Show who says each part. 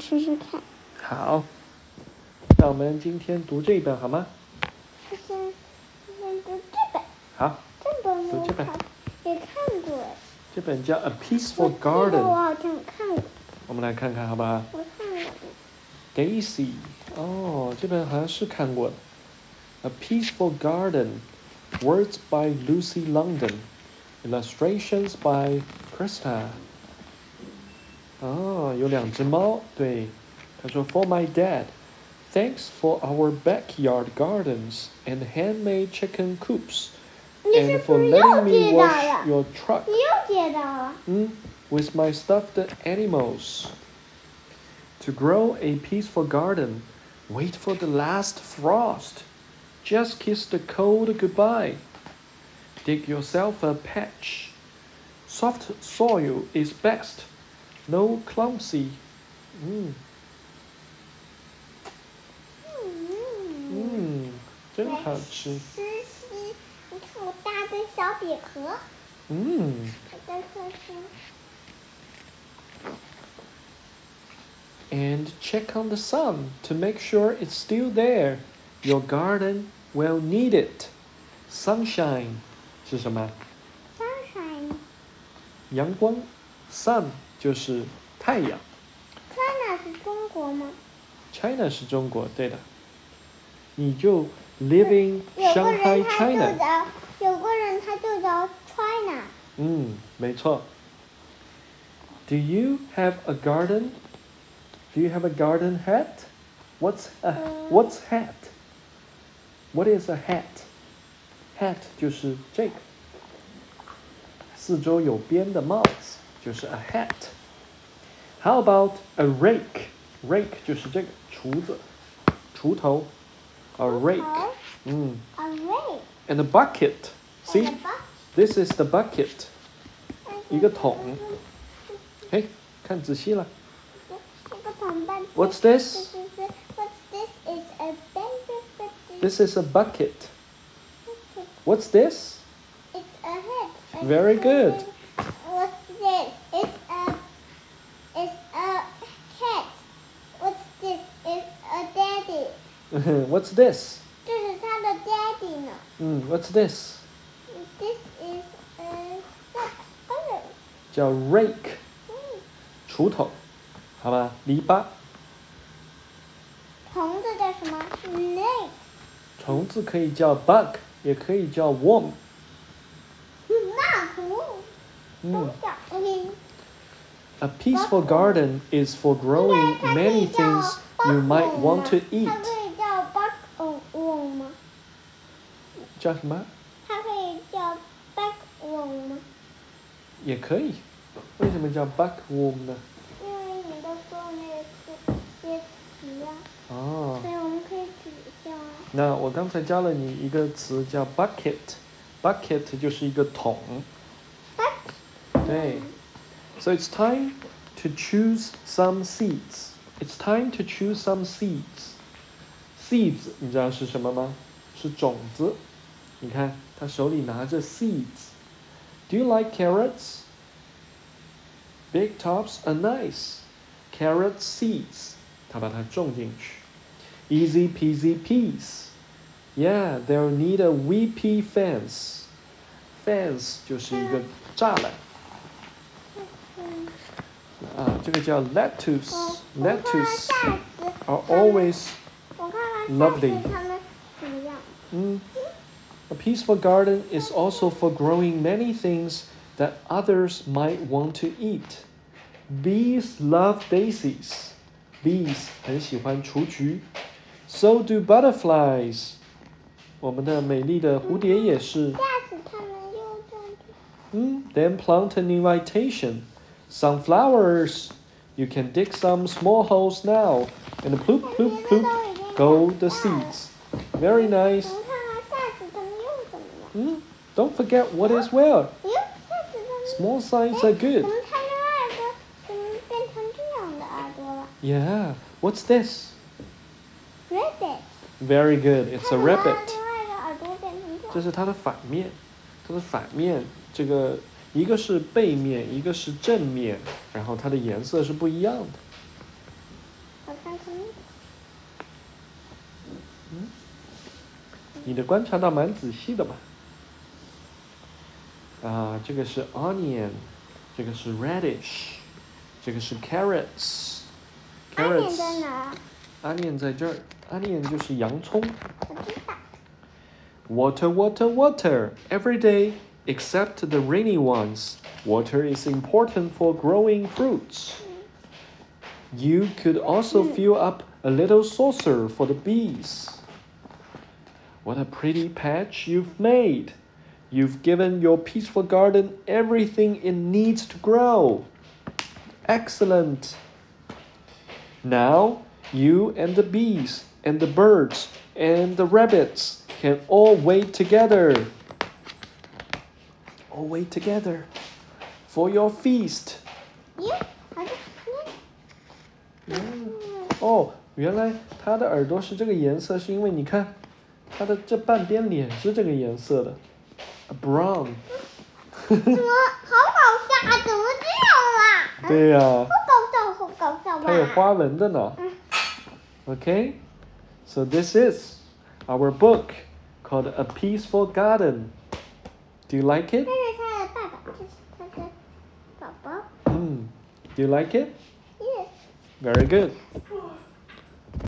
Speaker 1: 试试看。
Speaker 2: 好，那我们今天读这一本好吗？
Speaker 1: 他先先读这本，
Speaker 2: 好，
Speaker 1: 这本
Speaker 2: 读
Speaker 1: 我
Speaker 2: 这本
Speaker 1: 好也看过，
Speaker 2: 这本叫《A
Speaker 1: 我
Speaker 2: Peaceful
Speaker 1: 记得
Speaker 2: Garden
Speaker 1: 我》，好像看过，
Speaker 2: 我们来看看好不好
Speaker 1: 我看过。
Speaker 2: ？Daisy，哦，这本好像是看过的，《A Peaceful Garden》，Words by Lucy London，Illustrations by Krista。哦，有两只猫，对，他说 For my dad。Thanks for our backyard gardens and handmade chicken coops,
Speaker 1: 你是
Speaker 2: and
Speaker 1: 不
Speaker 2: for
Speaker 1: 是
Speaker 2: letting
Speaker 1: 又
Speaker 2: me
Speaker 1: 接到了
Speaker 2: wash？your truck.
Speaker 1: 你又接到了？
Speaker 2: Mm, with my stuffed animals. To grow a peaceful garden, wait for the last frost. Just kiss the cold goodbye. Dig yourself a patch. Soft soil is best. No clumsy. Mm,
Speaker 1: 嗯。
Speaker 2: mm, 真好吃。
Speaker 1: 十七，你看我大的小笔盒，
Speaker 2: 嗯
Speaker 1: 我在看书。
Speaker 2: and check on the sun to make sure it's still there. Your garden will need it. Sunshine 是什么？
Speaker 1: Sunshine,
Speaker 2: 阳光，sun 就是太阳
Speaker 1: China 是中国吗？
Speaker 2: ，China 是中国，对的。你就 live in
Speaker 1: 有个
Speaker 2: Shanghai,
Speaker 1: 人他就
Speaker 2: China。
Speaker 1: 叫，有个人他就叫 China。
Speaker 2: 嗯，Mm, 没错。Do you have a garden? Do you have a garden hat? What's a
Speaker 1: 嗯
Speaker 2: What's hat? What is a hat? Hat 就是这个，四周有边的帽子就是 a hat。How about a rake? Rake 就是这个锄子、锄头，a
Speaker 1: Uh-huh。
Speaker 2: rake。嗯
Speaker 1: A rake.
Speaker 2: ，and a bucket. See,
Speaker 1: and a bucket.
Speaker 2: this is the bucket. 一个桶
Speaker 1: 一
Speaker 2: 嘿，看仔细了。
Speaker 1: 个桶半。
Speaker 2: What's this?
Speaker 1: What's this? Is a baby baby.
Speaker 2: This is a bucket. What's this?
Speaker 1: It's a head. A
Speaker 2: Very good.
Speaker 1: head. What's this? It's a. It's a cat. What's this? It's a daddy.
Speaker 2: What's this?
Speaker 1: 这是他的 daddy 呢。
Speaker 2: 嗯，What's this?
Speaker 1: This is a. Oh, What?
Speaker 2: 叫 rake，锄
Speaker 1: hmm.
Speaker 2: 头，好吧，篱笆。
Speaker 1: 虫子叫什么？Snake。
Speaker 2: 虫子可以叫 bug，也可以叫 worm。
Speaker 1: 那不。
Speaker 2: 嗯
Speaker 1: 都叫。我给你。
Speaker 2: ，A peaceful garden is for
Speaker 1: 应
Speaker 2: growing
Speaker 1: 该它可
Speaker 2: many
Speaker 1: 以叫
Speaker 2: things you might want to
Speaker 1: buck worm 吗它可
Speaker 2: eat。
Speaker 1: 以叫 buck o worm 吗？
Speaker 2: 叫什么？
Speaker 1: 它可以叫 buck worm 吗？
Speaker 2: 也可以。为什么叫 bug worm 呢？
Speaker 1: 因为你都说那个些词啊，
Speaker 2: 哦
Speaker 1: 所，以我们可以取消啊。
Speaker 2: 那我刚才教了你一个词叫 bucket，bucket 就是一个桶。
Speaker 1: buck
Speaker 2: 对，so it's time to choose some seeds. It's time to choose some seeds. Seeds 你知道是什么吗？是种子。你看他手里拿着 seeds. Do you like carrots? Big tops are nice. Carrot seeds，他把它种进去。Easy peasy peas. Yeah, they'll need a weepy fence. Fence 就是一个栅栏。
Speaker 1: 嗯，
Speaker 2: 啊，这个叫
Speaker 1: 我
Speaker 2: lettuce。
Speaker 1: 我看看
Speaker 2: Uh, lettuce
Speaker 1: 下次，
Speaker 2: are always
Speaker 1: 我看看下
Speaker 2: Lovely
Speaker 1: 次他们怎么样。
Speaker 2: mm, a peaceful garden is also for growing many things that others might want to eat. Bees love daisies. Bees 很喜欢雏菊。So do butterflies. 我们的美丽的蝴蝶也是。
Speaker 1: 下次他们又在这
Speaker 2: Mm, then plant an invitation. Sunflowers. You can dig some small holes now and ploop, ploop, ploop, go the seeds. Very
Speaker 1: 我
Speaker 2: nice.
Speaker 1: 们看看下次他们又怎么样。
Speaker 2: Mm, don't forget what is well.
Speaker 1: 哟，下次他们
Speaker 2: Small signs are
Speaker 1: 怎
Speaker 2: good.
Speaker 1: 么他们耳朵怎么变成这样的耳朵了
Speaker 2: Yeah. What's this?
Speaker 1: ？Rabbit，
Speaker 2: Very good. It's
Speaker 1: 它
Speaker 2: a
Speaker 1: 把
Speaker 2: rabbit.
Speaker 1: 另外一个耳朵变成这
Speaker 2: 这
Speaker 1: 样。
Speaker 2: 是它的反面，它的反面这个一个是背面，一个是正面，然后它的颜色是不一样的。
Speaker 1: 看看吗？
Speaker 2: 你的观察到蛮仔细的嘛。啊，这个是 onion，这个是 radish，这个是 carrots。
Speaker 1: 阿脸在
Speaker 2: carrots。
Speaker 1: 哪儿？
Speaker 2: onion 在这儿，onion 就是洋葱。
Speaker 1: 我知道。
Speaker 2: Water, water, water. Every day, except the rainy ones, water is important for growing fruits. You could also fill up a little saucer for the bees. What a pretty patch you've made! You've given your peaceful garden everything it needs to grow. Excellent! Now, you and the bees and the birds and the rabbits can all wait together. All wait together for your feast.
Speaker 1: 咦，好的，嗯嗯
Speaker 2: 哦，Oh, 原来它的耳朵是这个颜色，是因为你看，它的这半边脸是这个颜色的，a brown。
Speaker 1: 怎么好搞笑啊？怎么这样啊？嗯
Speaker 2: 对呀、
Speaker 1: 好搞笑，好搞笑吧？
Speaker 2: 它有花纹的呢。Okay, so this is our book called A Peaceful Garden. Do you like
Speaker 1: 这
Speaker 2: it?
Speaker 1: 是他的爸爸，这是他的宝宝。
Speaker 2: Mm. Hmm. Do you like it?
Speaker 1: Yes.
Speaker 2: Very good.